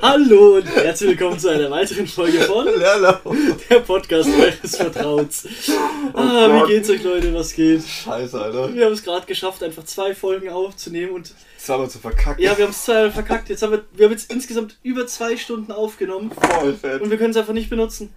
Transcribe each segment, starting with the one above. Hallo und herzlich willkommen zu einer weiteren Folge von Hallo. der Podcast eures Vertrauens. Ah, Oh Gott. wie geht's euch Leute? Was geht? Scheiße, Alter. Wir haben es gerade geschafft, einfach zwei Folgen aufzunehmen und Zweimal zu verkacken. ja, wir haben es zweimal verkackt. Jetzt haben wir, wir haben jetzt insgesamt über zwei Stunden aufgenommen voll fett. und wir können es einfach nicht benutzen.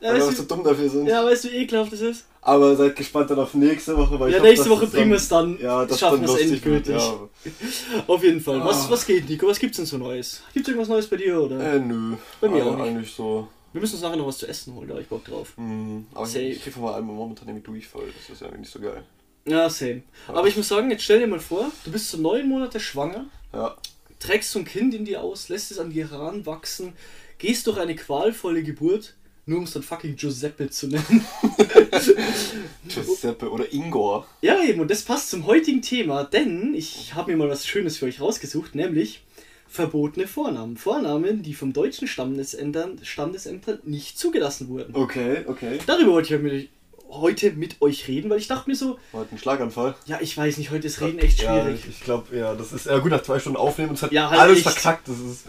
Ja, Weil wir weißt so du, dumm dafür sind. ja, weißt du, wie ekelhaft das ist? Aber seid gespannt dann auf nächste Woche. Weil Ja, ich hoffe, nächste dass Woche es bringen wir es dann. Ja, das Schaffen dann wir es lustig endgültig. wird, Ja. Auf jeden Fall. Was, Ah. was geht, Nico? Was gibt's denn so Neues? Gibt's irgendwas Neues bei dir oder? Äh, nö. Bei mir Aber auch nicht. Eigentlich so. Wir müssen uns nachher noch was zu essen holen, da hab ich Bock drauf. Hm. Aber ich, Safe. ich krieg von meinem Album momentan irgendwie Durchfall. Das ist ja irgendwie nicht so geil. Ja, same. Aber ich muss sagen, jetzt stell dir mal vor, du bist so neun Monate schwanger, Ja. trägst so ein Kind in dir aus, lässt es an dir heranwachsen, gehst durch eine qualvolle Geburt, nur um es dann fucking Giuseppe zu nennen. Giuseppe oder Ingor. ja, eben, und das passt zum heutigen Thema, denn ich habe mir mal was Schönes für euch rausgesucht, nämlich verbotene Vornamen. Vornamen, die vom deutschen Standesämtern, Standesämtern nicht zugelassen wurden. Okay, okay. Darüber wollte ich mit euch, heute mit euch reden, weil ich dachte mir so, War halt ein Schlaganfall. ja, ich weiß nicht, heute ist Reden echt schwierig. Ja, ich glaube, ja, das ist. Ja, gut, nach zwei Stunden aufnehmen und es hat Ja, halt alles echt. verkackt. Das ist.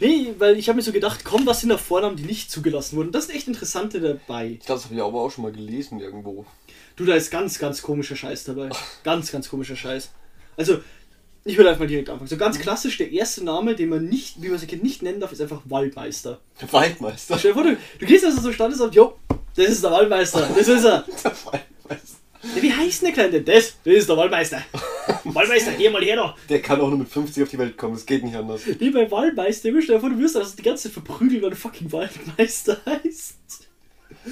Nee, weil ich habe mir so gedacht, komm, was sind da Vornamen, die nicht zugelassen wurden? Das sind echt interessante dabei. Ich glaube, das habe ich aber auch schon mal gelesen irgendwo. Du, da ist ganz, ganz komischer Scheiß dabei. Ganz, ganz komischer Scheiß. Also, ich will einfach mal direkt anfangen. So ganz klassisch, der erste Name, den man nicht, wie man sein Kind nicht nennen darf, ist einfach Waldmeister. Waldmeister. Stell dir vor, du, du gehst also so Standesamt, jo, das ist der Waldmeister, das ist er. Der Waldmeister. Ja, wie heißt denn der Kleine denn? Das, das ist der Waldmeister. Waldmeister, hier mal her noch. Der kann auch nur mit 50 auf die Welt kommen, es geht nicht anders. Nee, bei Waldmeister, stell dir vor, du wirst also die ganze Zeit verprügelt, weil du fucking Waldmeister heißt.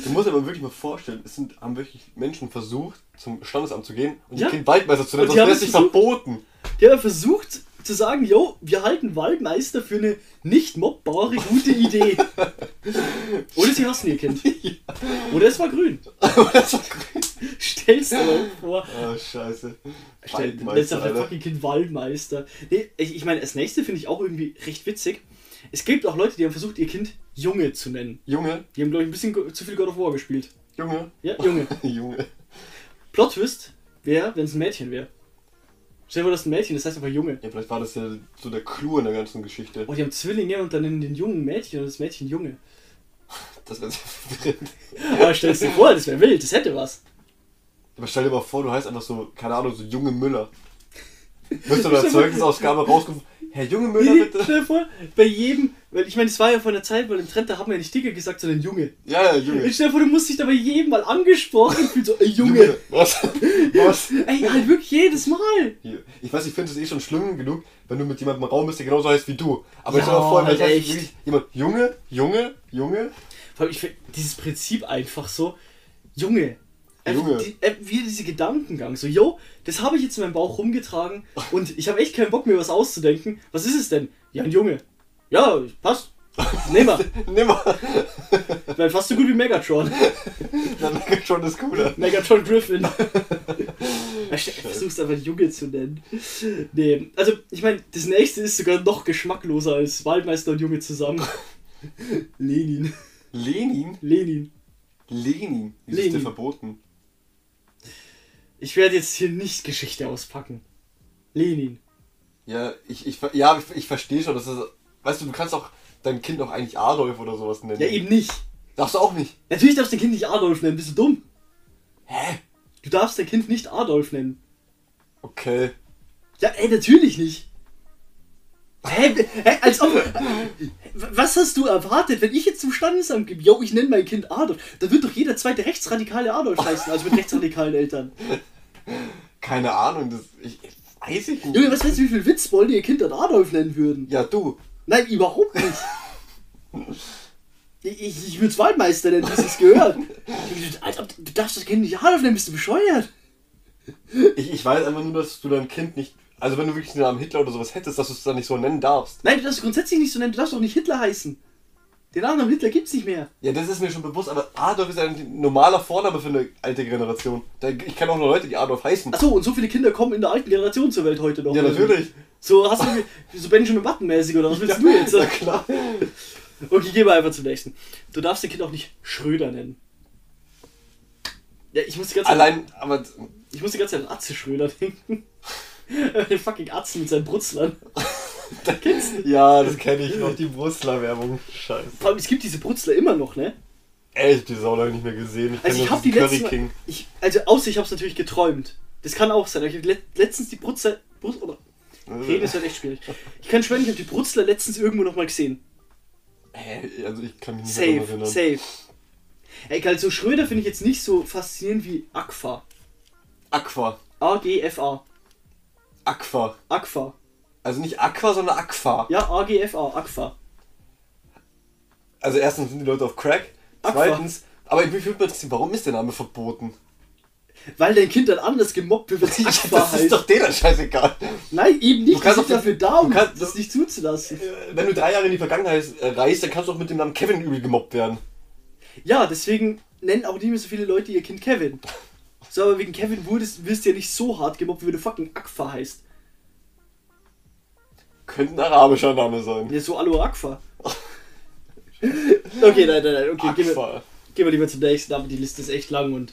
Du musst dir aber wirklich mal vorstellen, es sind, haben wirklich Menschen versucht, zum Standesamt zu gehen und Ja. die Kind Waldmeister zu nennen, Und die sonst haben wäre es es nicht versucht. verboten. Die haben versucht zu sagen, yo, wir halten Waldmeister für eine nicht mobbbare gute Idee. Oder sie hassen ihr Kind. Oder es war grün. Stellst du mal vor. Oh, scheiße. Stell, jetzt Waldmeister, sagt Alter. fucking Kind Waldmeister. Nee, ich, ich meine, das nächste finde ich auch irgendwie recht witzig. Es gibt auch Leute, die haben versucht, ihr Kind Junge zu nennen. Junge, Die haben, glaube ich, ein bisschen go- zu viel God of War gespielt. Junge, Ja, Junge. Junge. Plot Twist wäre, wenn es ein Mädchen wäre. Stell dir vor, das ist ein Mädchen, das heißt einfach Junge. Ja, vielleicht war das ja so der Clou in der ganzen Geschichte. Oh, die haben Zwillinge und dann nennen den Jungen Mädchen und das Mädchen Junge. Das wäre sehr verwirrend. Aber stellst dir vor, das wäre wild, das hätte was. Aber stell dir mal vor, du heißt einfach so, keine Ahnung, so Junge Müller. Wirst du in der Zeugnisausgabe rausrufen, Herr Junge Müller, Nee, bitte? stell dir vor, bei jedem, weil ich meine, es war ja vor einer Zeit, weil im Trend, da haben wir ja nicht Dicker gesagt, sondern Junge. Ja, ja, Junge. Ich stell dir vor, du musst dich da bei jedem mal angesprochen fühlen, so, ey Junge. Junge. Was? Was? Ey, halt wirklich jedes Mal. Hier. Ich weiß, ich finde es eh schon schlimm genug, wenn du mit jemandem im Raum bist, der genauso heißt wie du. Aber Ja, ich stell dir mal vor, halt vielleicht heißt echt. wirklich jemand Junge, Junge, Junge. Vor allem, ich find dieses Prinzip einfach so, Junge. Einfach Junge. Die, äh, wieder diese Gedankengang, so, yo, das habe ich jetzt in meinem Bauch rumgetragen und ich habe echt keinen Bock, mir was auszudenken. Was ist es denn? Ja, ein Junge. Ja, passt. Nehmen wir. Nimm mal. Weil fast so gut wie Megatron. Dann merkt schon das Coole. Megatron Griffin. Versuchst einfach Junge zu nennen. Nee, also ich meine, das nächste ist sogar noch geschmackloser als Waldmeister und Junge zusammen. Lenin. Lenin? Lenin. Lenin? Wie Lenin. ist der verboten? Ich werde jetzt hier nicht Geschichte auspacken. Lenin. Ja, ich, ich, ver- ja, ich, ich verstehe schon, dass das. Weißt du, du kannst auch dein Kind auch eigentlich Adolf oder sowas nennen. Ja, eben nicht. Darfst du auch nicht. Natürlich darfst du dein Kind nicht Adolf nennen, bist du dumm? Hä? Du darfst dein Kind nicht Adolf nennen. Okay. Ja, ey, natürlich nicht. Hä? Hä? Als ob. Was hast du erwartet, wenn ich jetzt zum Standesamt gebe? Jo, ich nenne mein Kind Adolf. Dann wird doch jeder zweite Rechtsradikale Adolf heißen, also mit rechtsradikalen Eltern. Keine Ahnung, das. Ich, ich weiß ich nicht. Junge, was meinst du, wie viel Witzbolde ihr Kind dann Adolf nennen würden? Ja, du. Nein, überhaupt nicht. Ich, ich, ich würde es Waldmeister nennen, wie es gehört. Als ob, du darfst das Kind nicht Adolf nennen, bist du bescheuert? Ich, ich weiß einfach nur, dass du dein Kind nicht. Also, wenn du wirklich den Namen Hitler oder sowas hättest, dass du es dann nicht so nennen darfst. Nein, du darfst es grundsätzlich nicht so nennen, du darfst auch nicht Hitler heißen. Den Namen Hitler gibt's nicht mehr. Ja, das ist mir schon bewusst, aber Adolf ist ein normaler Vorname für eine alte Generation. Da- Ich kenne auch noch Leute, die Adolf heißen. Achso, und so viele Kinder kommen in der alten Generation zur Welt heute noch. Ja, oder? natürlich. So hast du so Benjamin Button mäßig oder was willst du jetzt? Ja, klar. Okay, gehen wir einfach zum nächsten. Du darfst dein Kind auch nicht Schröder nennen. Ja, ich muss die ganze Zeit, Allein, aber ich muss die ganze Zeit an Atze Schröder denken. Den fucking Atzen mit seinen Brutzlern. da kennst du. Ja, das kenne ich noch, die Brustler-Werbung. Scheiße. Vor allem, es gibt diese Brutzler immer noch, ne? Echt, die Sau lange nicht mehr gesehen. Ich Also kenn ich nur habe die diesen letzten Mal, ich, Also außer ich habe es natürlich geträumt. Das kann auch sein. Aber ich habe let, letztens die Brutzler... Bruz, oder, Also reden ist halt echt schwierig. Ich kann schwören, ich habe die Brutzler letztens irgendwo nochmal gesehen. Hä? Also ich kann mich nicht mehr daran Safe, erinnern. safe. Egal, so Schröder finde ich jetzt nicht so faszinierend wie Agfa. Aqua. A-G-F-A. Aqua. Agfa. Also nicht Aqua, sondern Aqua. Ja, A-G-F-A. Agfa. Also erstens sind die Leute auf Crack. Aqua. Zweitens, aber ich mich würde mal interessieren, warum ist der Name verboten? Weil dein Kind dann anders gemobbt wird, als Ja, Agfa das ist heißt. doch denen scheißegal. Nein, eben nicht. kannst Die doch- sind dafür da, um du kannst- das nicht zuzulassen. Äh, Wenn du drei Jahre in die Vergangenheit äh, reist, dann kannst du auch mit dem Namen Kevin übel gemobbt werden. Ja, deswegen nennen auch nicht mehr so viele Leute ihr Kind Kevin. So, aber wegen Kevin wurdest, wirst du ja nicht so hart gemobbt, wie wenn du fucking Akfa heißt. Könnte ein arabischer Name sein. Ja, so Alu Akfa. Okay, nein, nein, nein, okay, gehen wir, Aqua. gehen wir lieber zum nächsten, aber die Liste ist echt lang und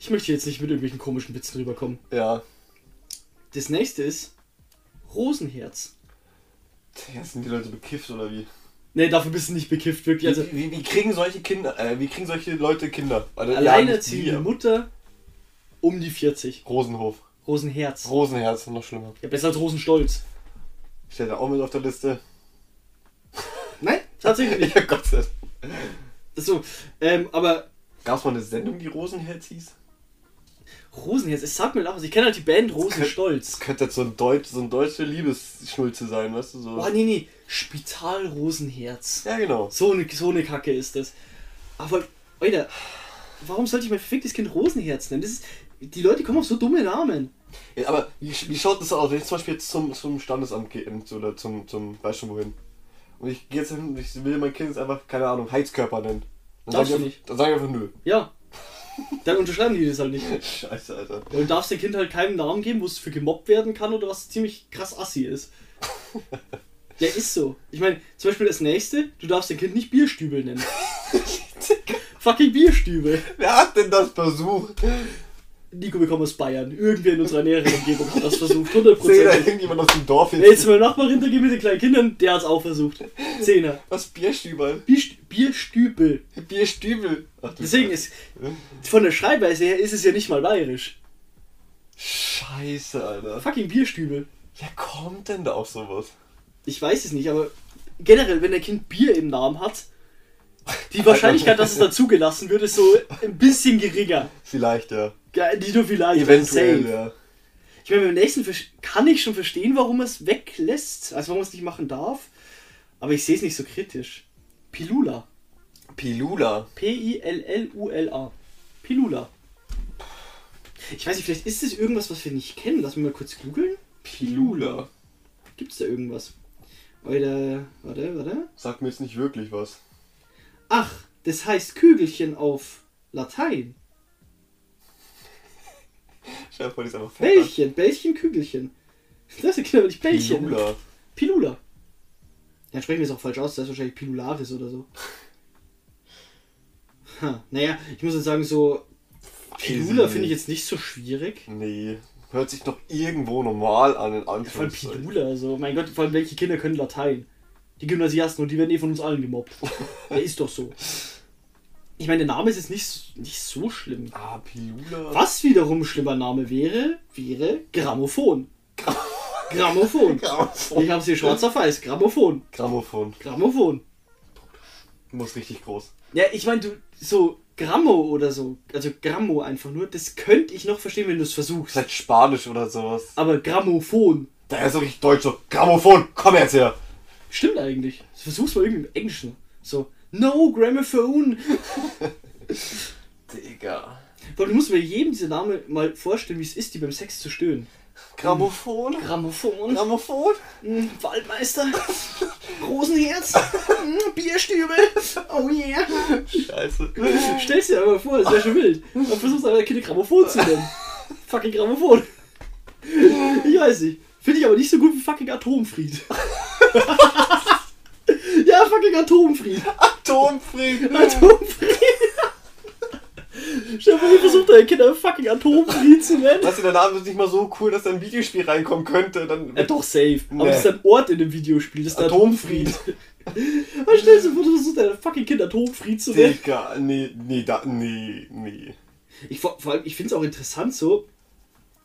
ich möchte jetzt nicht mit irgendwelchen komischen Witzen rüberkommen. Ja. Das nächste ist Rosenherz. Ja, sind die Leute bekifft oder wie? Nee, dafür bist du nicht bekifft, wirklich. Also, Wie, wie, wie kriegen solche Kinder, äh, wie kriegen solche Leute Kinder? Weil, alleinerziehende ja, nicht wir. Mutter um die 40. Rosenhof. Rosenherz. Rosenherz, noch schlimmer. Ja, besser als Rosenstolz. Steht da auch mit auf der Liste. Nein, tatsächlich nicht. Ja, Gott sei Dank. So, ähm, aber Gab es mal eine Sendung, die Rosenherz hieß? Rosenherz, ich sag mir nach, was. ich kenne halt die Band Das Rosenstolz. könnte jetzt so ein, Deutsch, so ein deutsche Liebesschnulze sein, weißt du? So. Oh nee, nee, Spital Rosenherz. Ja, genau. So eine, so eine Kacke ist das. Aber, Alter, warum sollte ich mein verficktes Kind Rosenherz nennen? Das ist, die Leute kommen auf so dumme Namen. Ja, Äh, aber wie, sch- wie schaut das aus, wenn ich zum Beispiel jetzt zum, zum Standesamt gehe ähm, zu- oder zum, zum, weißt schon wohin? Und ich gehe jetzt hin und ich will mein Kind jetzt einfach, keine Ahnung, Heizkörper nennen. Dann sage Darfst ich, du einfach- dann sag ich einfach nö. Ja, dann unterschreiben die das halt nicht. Scheiße, Alter. Ja, Und darfst dem Kind halt keinen Namen geben, wo es für gemobbt werden kann oder was ziemlich krass assi ist. Der ist so. Ich meine, zum Beispiel das nächste, du darfst dein Kind nicht Bierstübel nennen. Fucking Bierstübel. Wer hat denn das versucht? Nico, wir kommen aus Bayern. Irgendwer in unserer näheren Umgebung hat das versucht, Sehe da 100%. irgendjemand aus dem Dorf Ey, zu jetzt? meinem Nachbarin, da geht mit den kleinen Kindern, der hat es auch versucht. Zehner. Was Bierstübel? Bierst- Bierstübel. Bierstübel. Ach, du Deswegen ist, von der Schreibweise her ist es ja nicht mal bayerisch. Scheiße, Alter. Fucking Bierstübel. Wer kommt denn da auf sowas? Ich weiß es nicht, aber generell, wenn ein Kind Bier im Namen hat, die Wahrscheinlichkeit, dass es dann zugelassen wird, ist so ein bisschen geringer. Vielleicht, ja. Ja, nicht nur vielleicht, aber Eventuell, safe. ja. Ich meine, beim nächsten Versch- kann ich schon verstehen, warum er es weglässt, also warum er es nicht machen darf, aber ich sehe es nicht so kritisch. Pilula. Pilula. P-I-L-L-U-L-A. Pilula. Ich weiß nicht, vielleicht ist es irgendwas, was wir nicht kennen. Lass mich mal kurz googeln. Pilula. Gibt's da irgendwas? Oder, warte, warte. Sagt mir jetzt nicht wirklich was. Ach, das heißt Kügelchen auf Latein. Chef wollte einfach fett an. Bällchen, Bällchen, Kügelchen. Das ist genau nicht Bällchen. Pilula. Pilula. Dann sprechen wir es auch falsch aus, das ist wahrscheinlich Pilularis oder so. Ha, naja, ich muss jetzt sagen, so Pilula finde ich jetzt nicht so schwierig. Nee. Hört sich doch irgendwo normal an, in Vor allem Anführungszeichen. Pilula, also mein Gott, vor allem welche Kinder können Latein? Die Gymnasiasten und die werden eh von uns allen gemobbt. Der ist doch so. Ich meine, der Name ist jetzt nicht, nicht so schlimm. ah, Pilula. Was wiederum ein schlimmer Name wäre, wäre Grammophon. Grammophon. Grammophon. Ich hab's hier schwarz auf weiß. Grammophon. Grammophon. Grammophon. Muss richtig groß. Ja, ich meine, du, so Grammo oder so, also Grammo einfach nur, das könnte ich noch verstehen, wenn du es Ist versuchst. halt Spanisch oder sowas. Aber Grammophon Da ist doch richtig Deutsch so. Grammophon, komm jetzt her. stimmt eigentlich. Versuch's mal irgendwie im Englischen. So, no Grammophon. Digga. Weil du musst mir jedem diese Name mal vorstellen, wie es ist, die beim Sex zu stöhnen. Grammophon. Hm. Grammophon, Grammophon. mm, Waldmeister, Rosenherz, mm, Bierstübel, oh yeah. Scheiße. Stell's dir einmal vor, das wäre schon wild. Man versucht aber keine Grammophon zu nennen. Fucking Grammophon. Ich weiß nicht. Finde ich aber nicht so gut wie fucking Atomfried. ja, fucking Atomfried. Atomfried. Atomfried. Stell dir vor, ihr versucht euer Kind ein fucking Atomkrieg zu nennen. Weißt du, der Name ist nicht mal so cool, dass da ein Videospiel reinkommen könnte. Dann Ja, doch, safe. Aber Nee. das ist ein Ort in dem Videospiel. Das ist der Atomfried. Atomfried. Was stellst du vor, du versuchst dein fucking Kind Atomfried zu nennen? Digga, nee, nee, da, nee, nee. Ich, vor, vor allem, ich finde es auch interessant so,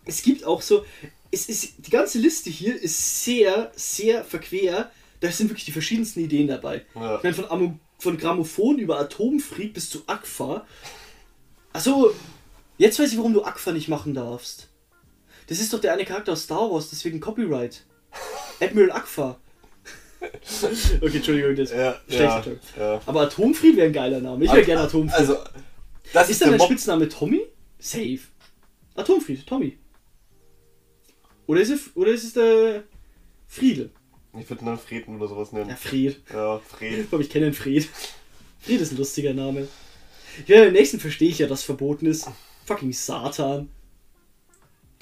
es gibt auch so, es ist, die ganze Liste hier ist sehr, sehr verquer. Da sind wirklich die verschiedensten Ideen dabei. Ja. Ich meine, von, Ammo- von Grammophon über Atomfreak bis zu Agfa. Achso, jetzt weiß ich, warum du Agfa nicht machen darfst. Das ist doch der eine Charakter aus Star Wars, deswegen Copyright. Admiral Agfa. okay, Entschuldigung, das Ja, schlechter ja, Joke. ja. Aber Atomfreak wäre ein geiler Name. Ich wäre gerne Atomfreak. Also, das Ist ist, dann dein der Mob. Spitzname Tommy? Safe. Atomfried, Tommy. Oder ist es, oder ist es der Friedel? Ich würde ihn dann Freden oder sowas Ja, nennen. Fred. Ja, Fred. Komm, ich kenne einen Fred. Fred ist ein lustiger Name. Ja, im nächsten verstehe ich ja, dass verboten ist. Fucking Satan.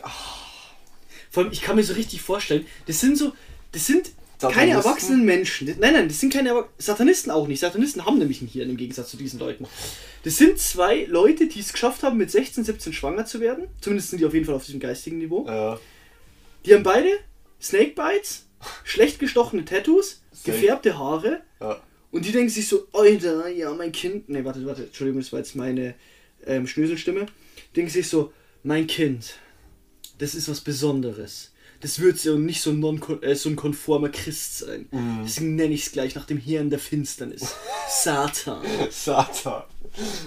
Ah. Vor allem, ich kann mir so richtig vorstellen, das sind so, das sind keine Satanisten? erwachsenen Menschen. Das- Nein, nein, das sind keine Erwach- Satanisten auch nicht. Satanisten haben nämlich ein Hirn im Gegensatz zu diesen Leuten. Das sind zwei Leute, die es geschafft haben, mit 16, 17 schwanger zu werden. Zumindest sind die auf jeden Fall auf diesem geistigen Niveau. Ja. Die haben beide Snakebites, schlecht gestochene Tattoos, Safe. gefärbte Haare. ja. Und die denken sich so, Alter, ja, mein Kind. Ne, warte, warte, Entschuldigung, das war jetzt meine ähm, Schnöselstimme. Denken sich so, mein Kind, das ist was Besonderes. Das wird so nicht so, non äh, so ein konformer Christ sein. Deswegen nenne ich es gleich nach dem Herrn der Finsternis. Satan. Satan.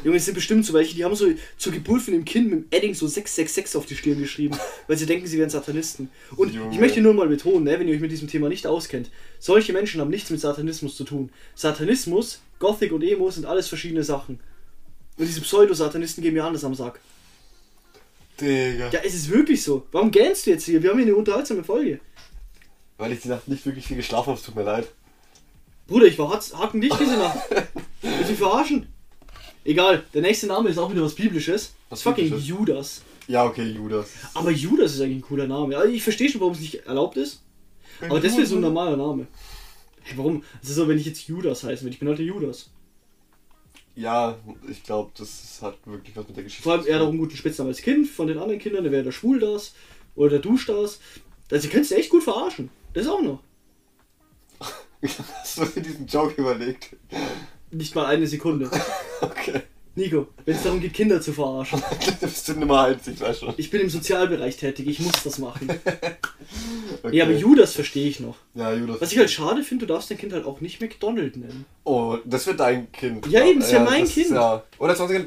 Junge, es sind bestimmt so welche, die haben so zur Geburt von dem Kind mit dem Edding so 666 auf die Stirn geschrieben, weil sie denken, sie wären Satanisten. Und ich Junge. möchte nur mal betonen, ne, wenn ihr euch mit diesem Thema nicht auskennt, solche Menschen haben nichts mit Satanismus zu tun. Satanismus, Gothic und Emo sind alles verschiedene Sachen. Und diese Pseudo-Satanisten geben mir alles am Sack. Digga. Ja, es ist wirklich so. Warum gähnst du jetzt hier? Wir haben hier eine unterhaltsame Folge. Weil ich die Nacht nicht wirklich viel geschlafen habe, es tut mir leid. Bruder, ich war hart- hackendicht diese Nacht. Willst du mich verarschen? Egal, der nächste Name ist auch wieder was Biblisches. Was fucking Biblisches? Judas. Ja, okay, Judas. Aber Judas ist eigentlich ein cooler Name. Also ich verstehe schon, warum es nicht erlaubt ist. Aber das wäre so ein normaler Name. Hey, warum? Das ist so, wenn ich jetzt Judas heißen würde. Ich bin halt der Judas. Ja, ich glaube, das hat wirklich was mit der Geschichte Vor allem, er hat auch einen guten Spitznamen als Kind von den anderen Kindern. Der wäre der Schwuldas oder der Duschdas. Also, ihr könnt es echt gut verarschen. Das auch noch. Hast du dir diesen Joke überlegt? Nicht mal eine Sekunde. Okay. Nico, wenn es darum geht, Kinder zu verarschen. Das bist du Nummer eins, ich weiß schon. Ich bin im Sozialbereich tätig. Ich muss das machen. Okay. Ja, aber Judas verstehe ich noch. Ja, Judas. Was ich halt schade finde, du darfst dein Kind halt auch nicht McDonald nennen. Oh, das wird dein Kind. Ja, eben, das wär mein das ist Kind. Ja. Oder 20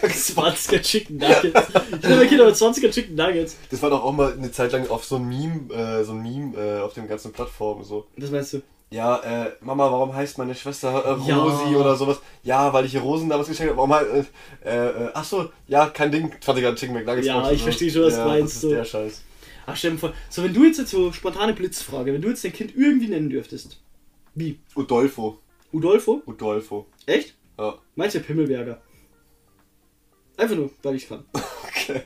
20er Chicken Nuggets. Ich nenne mein Kind aber 20er Chicken Nuggets. Das war doch auch mal eine Zeit lang auf so ein Meme, äh, so ein Meme äh, auf den ganzen Plattformen so. Was meinst du? Ja, äh, Mama, warum heißt meine Schwester äh, Ja. Rosi oder sowas? Ja, weil ich ihr Rosen damals geschenkt habe. Warum halt, äh, äh, äh, ach so, ja, kein Ding. 20er Chicken McNuggets. Ja, kaufst du ich so. verstehe schon, was ja, du meinst, Das ist so. der Scheiß. Ach, stell dir vor, so wenn du jetzt, jetzt so spontane Blitzfrage, wenn du jetzt dein Kind irgendwie nennen dürftest. Wie? Udolfo. Udolfo? Udolfo. Echt? Ja. Meinst du Pimmelberger? Einfach nur, weil ich kann. Okay.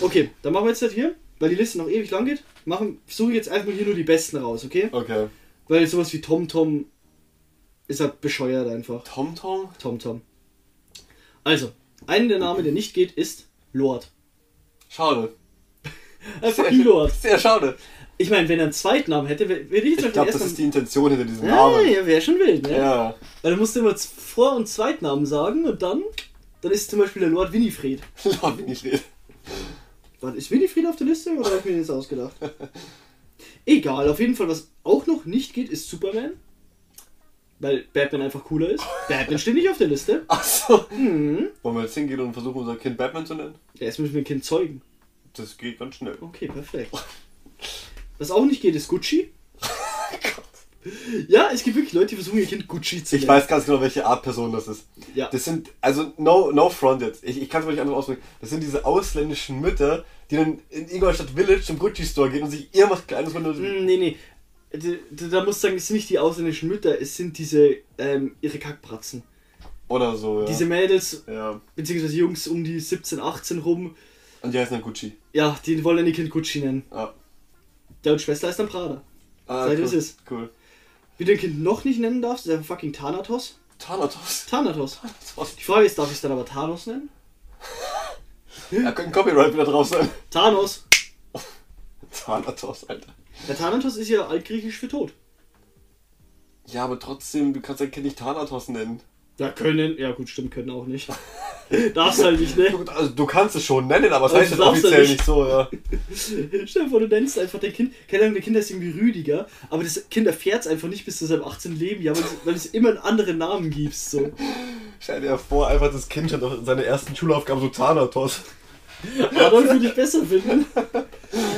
Okay, dann machen wir jetzt das hier, weil die Liste noch ewig lang geht. Machen, suche ich jetzt einfach mal hier nur die besten raus, okay? Okay. Weil sowas wie TomTom ist halt bescheuert einfach. Tom Tom? TomTom. Also, einen der Namen, der nicht geht, ist Lord. Schade. Äh, fucking Lord. Sehr schade. Ich meine, wenn er einen Zweitnamen hätte, wär- würde ich jetzt Ich auf den glaube, das ersten- ist die Intention hinter diesem Ah, Namen. ja, wäre schon wild, ne? Ja. Weil du musst immer Z- Vor- und Zweitnamen sagen und dann, dann ist zum Beispiel der Lord Winifred. Lord, wie ich rede. Warte, ist Winifred auf der Liste oder habe ich mir das ausgedacht? Egal, auf jeden Fall, was auch noch nicht geht, ist Superman. Weil Batman einfach cooler ist. Batman steht nicht auf der Liste. Ah. Achso. Hm. Wollen wir jetzt hingehen und versuchen, unser Kind Batman zu nennen? Ja, Jetzt müssen wir ein Kind zeugen. Das geht ganz schnell. Okay, perfekt. Was auch nicht geht, ist Gucci. Ja, es gibt wirklich Leute, die versuchen ihr Kind Gucci zu Ich nennen. weiß ganz genau, welche Art Person das ist. Ja. Das sind, also, no, no front jetzt. Ich, ich kann es mir nicht anders ausdrücken. Das sind diese ausländischen Mütter, die dann in Ingolstadt Village zum Gucci-Store gehen und sich irgendwas Kleines von Mm, Nee, nee. Da, da, da muss ich sagen, es sind nicht die ausländischen Mütter, es sind diese, ähm, ihre Kackbratzen. Oder so, ja. Diese Mädels, ja. beziehungsweise Jungs um die 17, 18 rum, Und die heißen dann Gucci. ja, die wollen ihr Kind Gucci nennen. Ah. Deren Schwester ist dann Prada. Ah, Seid cool. es ist. Cool. Wie du ein Kind noch nicht nennen darfst, ist ein fucking Thanatos. Thanatos. Thanatos. Thanatos. Die Frage ist, darf ich es dann aber Thanos nennen? Da könnte Copyright wieder drauf sein. Thanos. Thanatos, Alter. Der Thanatos ist ja altgriechisch für tot. Ja, aber trotzdem, du kannst dein Kind nicht Thanatos nennen. Da können, ja gut, stimmt, können auch nicht. Darfst halt nicht, ne? Gut, also du kannst es schon nennen, aber es Aber heißt Also, das jetzt darfst du offiziell nicht. nicht. so, ja. Stell dir vor, du nennst einfach dein Kind, keine Ahnung, dein Kind heißt irgendwie Rüdiger, aber das Kind erfährt es einfach nicht bis zu seinem 18. Leben, ja, weil es- weil es immer einen anderen Namen gibst, so. Stell dir vor, einfach das Kind hat noch seine ersten Schulaufgaben so Thanatos. Adolf würde ich besser finden.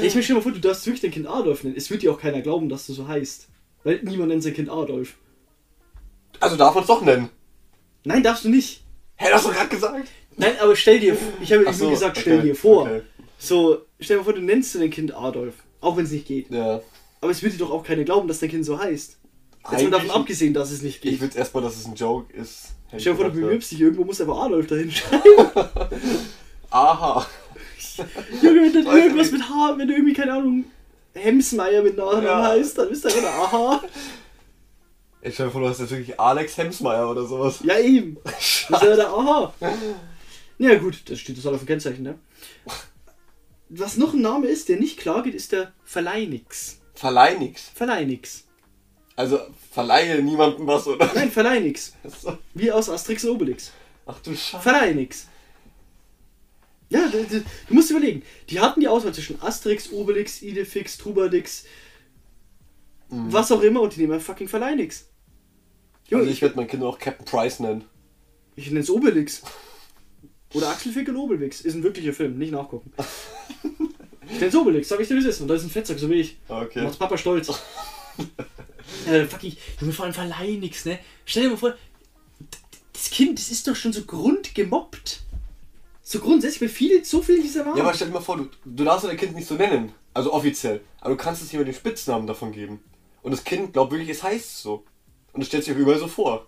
Ey, Ich mir stell mal vor, du darfst wirklich dein Kind Adolf nennen. Es wird dir auch keiner glauben, dass du so heißt. Weil niemand nennt sein Kind Adolf. Also darf man es doch nennen. Nein, darfst du nicht. Hä, das hast du gerade gesagt? Nein, aber stell dir, ich habe ja Ach so, nur gesagt, stell okay, dir vor. okay. So, stell dir vor, du nennst dein Kind Adolf, auch wenn es nicht geht. Ja. Aber es wird dir doch auch keiner glauben, dass dein Kind so heißt. Jetzt mal Eigentlich- davon abgesehen, dass es nicht Ich geht. will erstmal, dass es ein Joke ist. Hätte Stell dir vor, ich du gedacht, bemühst dich irgendwo, muss aber Adolf dahin schreiben. ja. Aha. Junge, wenn dann Weiß ich irgendwas nicht. mit H, wenn du irgendwie, keine Ahnung, Hemsmeier mit Nachnamen Ja. heißt, dann bist du ja aha. Ich stell dir vor, du hast jetzt wirklich Alex Hemsmeier oder sowas. Ja, eben. Das ist ja der Aha. Ja, gut, das steht das halt auf dem Kennzeichen, ne? Was noch ein Name ist, der nicht klar geht, ist der Verleinix. Verleih nix. Verleinix. Also verleihe niemandem was, oder? Nein, Verleinix. So. Wie aus Asterix und Obelix. Ach du Scheiße. Verleinix. Ja, du, du, du musst überlegen. Die hatten die Auswahl zwischen Asterix, Obelix, Idefix, Trubadix, was auch immer, und die nehmen fucking Verleinix. Junge, Also ich werde mein Kind auch Captain Price nennen. Ich nenne es Obelix. Oder Axel Fickel Obelix. Ist ein wirklicher Film, nicht nachgucken. Ich nenne es Obelix, sag ich dir, wie es ist. Und da ist ein Fettsack, so wie ich. Ah, Okay. Macht Papa stolz. äh, fuck ich. Junge, vor allem verleih nix, ne? Stell dir mal vor, d- d- das Kind, das ist doch schon so grundgemobbt. So grundsätzlich, weil viele so viel dieser Namen. Ja, aber stell dir mal vor, du, du darfst dein Kind nicht so nennen. Also offiziell. Aber du kannst es jemandem den Spitznamen davon geben. Und das Kind glaubt wirklich, es heißt so. Und es stellt sich auch überall so vor.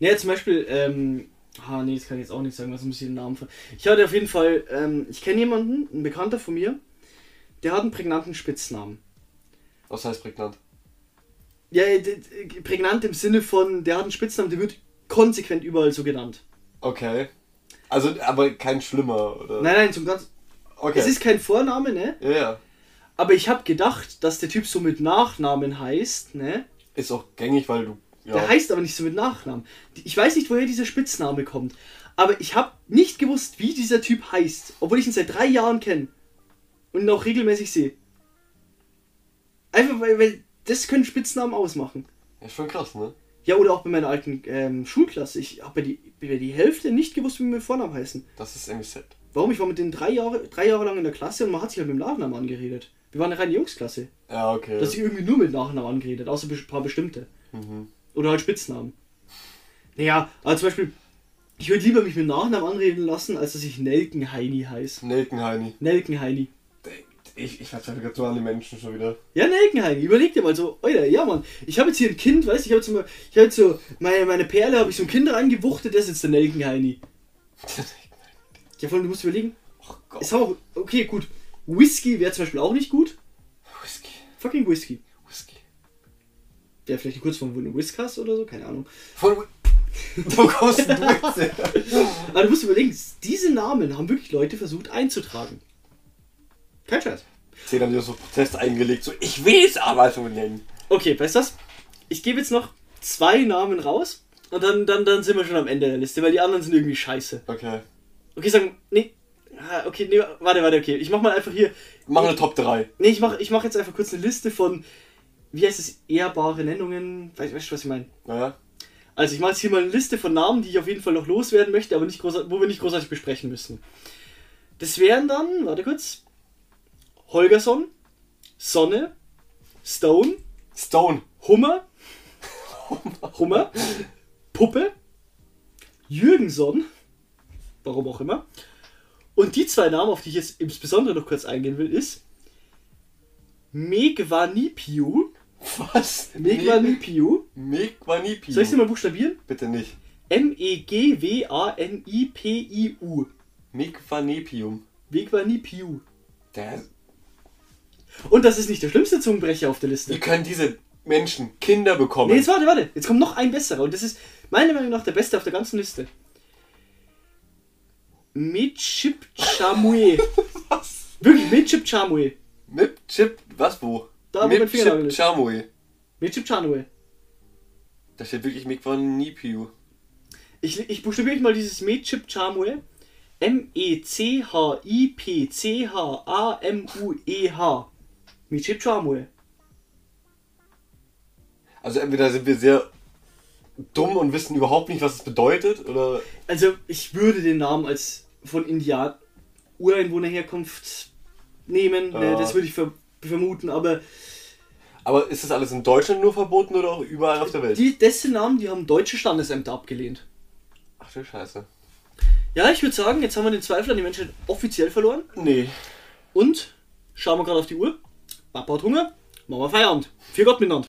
Ja, zum Beispiel, ähm, ah, nee, das kann ich jetzt auch nicht sagen, was muss ich den Namen ver. Ich hatte auf jeden Fall, ähm, ich kenne jemanden, ein Bekannter von mir, der hat einen prägnanten Spitznamen. Was heißt prägnant? Ja, ja, d- d- prägnant im Sinne von, der hat einen Spitznamen, der wird konsequent überall so genannt. Okay. Also, aber kein schlimmer, oder? Nein, nein, zum ganz. Okay. Es ist kein Vorname, ne? ja, ja. Aber ich habe gedacht, dass der Typ so mit Nachnamen heißt, ne? Ist auch gängig, weil du. Ja. Der heißt aber nicht so mit Nachnamen. Die- Ich weiß nicht, woher dieser Spitzname kommt. Aber ich habe nicht gewusst, wie dieser Typ heißt. Obwohl ich ihn seit drei Jahren kenne. Und ihn auch regelmäßig sehe. Einfach weil, weil das können Spitznamen ausmachen. ja, schon krass, ne? Ja, oder auch bei meiner alten ähm, Schulklasse. Ich habe die, bei die Hälfte nicht gewusst, wie wir mit Vornamen heißen. Das ist irgendwie sad. Warum? Ich war mit denen drei Jahre, drei Jahre lang in der Klasse und man hat sich halt mit dem Nachnamen angeredet. Wir waren eine reine Jungsklasse. Ja, okay. Da hat sich irgendwie nur mit Nachnamen angeredet, außer ein paar bestimmte. Oder halt Spitznamen. Naja, also zum Beispiel, ich würde lieber mich mit Nachnamen anreden lassen, als dass ich Nelkenheini heiße. Nelkenheini. Nelkenheini. Ich, ich verzweifle gerade so an den Menschen schon wieder. Ja, Nelkenheini, überleg dir mal so, Alter, ja Mann, ich habe jetzt hier ein Kind, weißt du, ich habe jetzt mal, ich hab jetzt so, meine, meine Perle habe ich so ein Kind reingewuchtet, das ist jetzt der Nelkenheini. Ja, vor allem, du musst überlegen, oh Gott. ist auch, okay, gut, Whisky wäre zum Beispiel auch nicht gut, Whisky. fucking Whisky. Whisky. Der vielleicht kurz von Whiskas oder so, keine Ahnung. Von. Wo kommst denn du jetzt her? Aber du musst überlegen, diese Namen haben wirklich Leute versucht einzutragen. Kein Scheiß. Zehn haben die so Protest eingelegt, so ich will es aber so nennen. Okay, weißt du was? Ich gebe jetzt noch zwei Namen raus und dann, dann, dann sind wir schon am Ende der Liste, weil die anderen sind irgendwie scheiße. Okay. Okay, sagen, nee. Ah, Okay, nee, warte, warte, okay. Ich mach mal einfach hier. Machen eine Top 3. Nee, ich mach, ich mach jetzt einfach kurz eine Liste von, wie heißt es, ehrbare Nennungen. Weißt weißt du, was ich meine? Naja. Also ich mache jetzt hier mal eine Liste von Namen, die ich auf jeden Fall noch loswerden möchte, aber nicht großartig, wo wir nicht großartig besprechen müssen. Das wären dann, warte kurz, Holgersson, Sonne, Stone, Stone. Hummer, Hummer, Puppe, Jürgenson, warum auch immer. Und die zwei Namen, auf die ich jetzt insbesondere noch kurz eingehen will, ist Megvanipiu, Was? Megvanipiu, Megvanipi. soll ich sie mal buchstabieren? Bitte nicht. E M-E-G-W-A-N-I-P-I-U. Megvanepium. Wegwanipiu. Der, Und das ist nicht der schlimmste Zungenbrecher auf der Liste. wie können diese Menschen Kinder bekommen? Nee, jetzt warte, warte. Jetzt kommt noch ein besserer. Und das ist meiner Meinung nach der beste auf der ganzen Liste. Midship Chamue. Was? Wirklich, Midship Chamue. Mit Chip, was wo? Da, wo mit mein Finger lang ist. Chamui. Midship Chamue. Da steht wirklich Mick von Nipiu. Ich, ich buchstabiere euch mal dieses Medchip Chamue. E M-E-C-H-I-P-C-H-A-M-U-E-H. Medchip Chamue. Also entweder sind wir sehr dumm und wissen überhaupt nicht, was es bedeutet, oder Also, ich würde den Namen als von Indian Ureinwohnerherkunft nehmen. Ne, Ja. das würde ich ver vermuten, aber Aber ist das alles in Deutschland nur verboten oder auch überall auf der Welt? die, dessen Namen, die haben deutsche Standesämter abgelehnt. Ach du Scheiße. Ja, ich würde sagen, jetzt haben wir den Zweifel an die Menschheit offiziell verloren. Nee. Und schauen wir gerade auf die Uhr. Papa hat Hunger. Machen wir Feierabend. Viel Gott miteinander.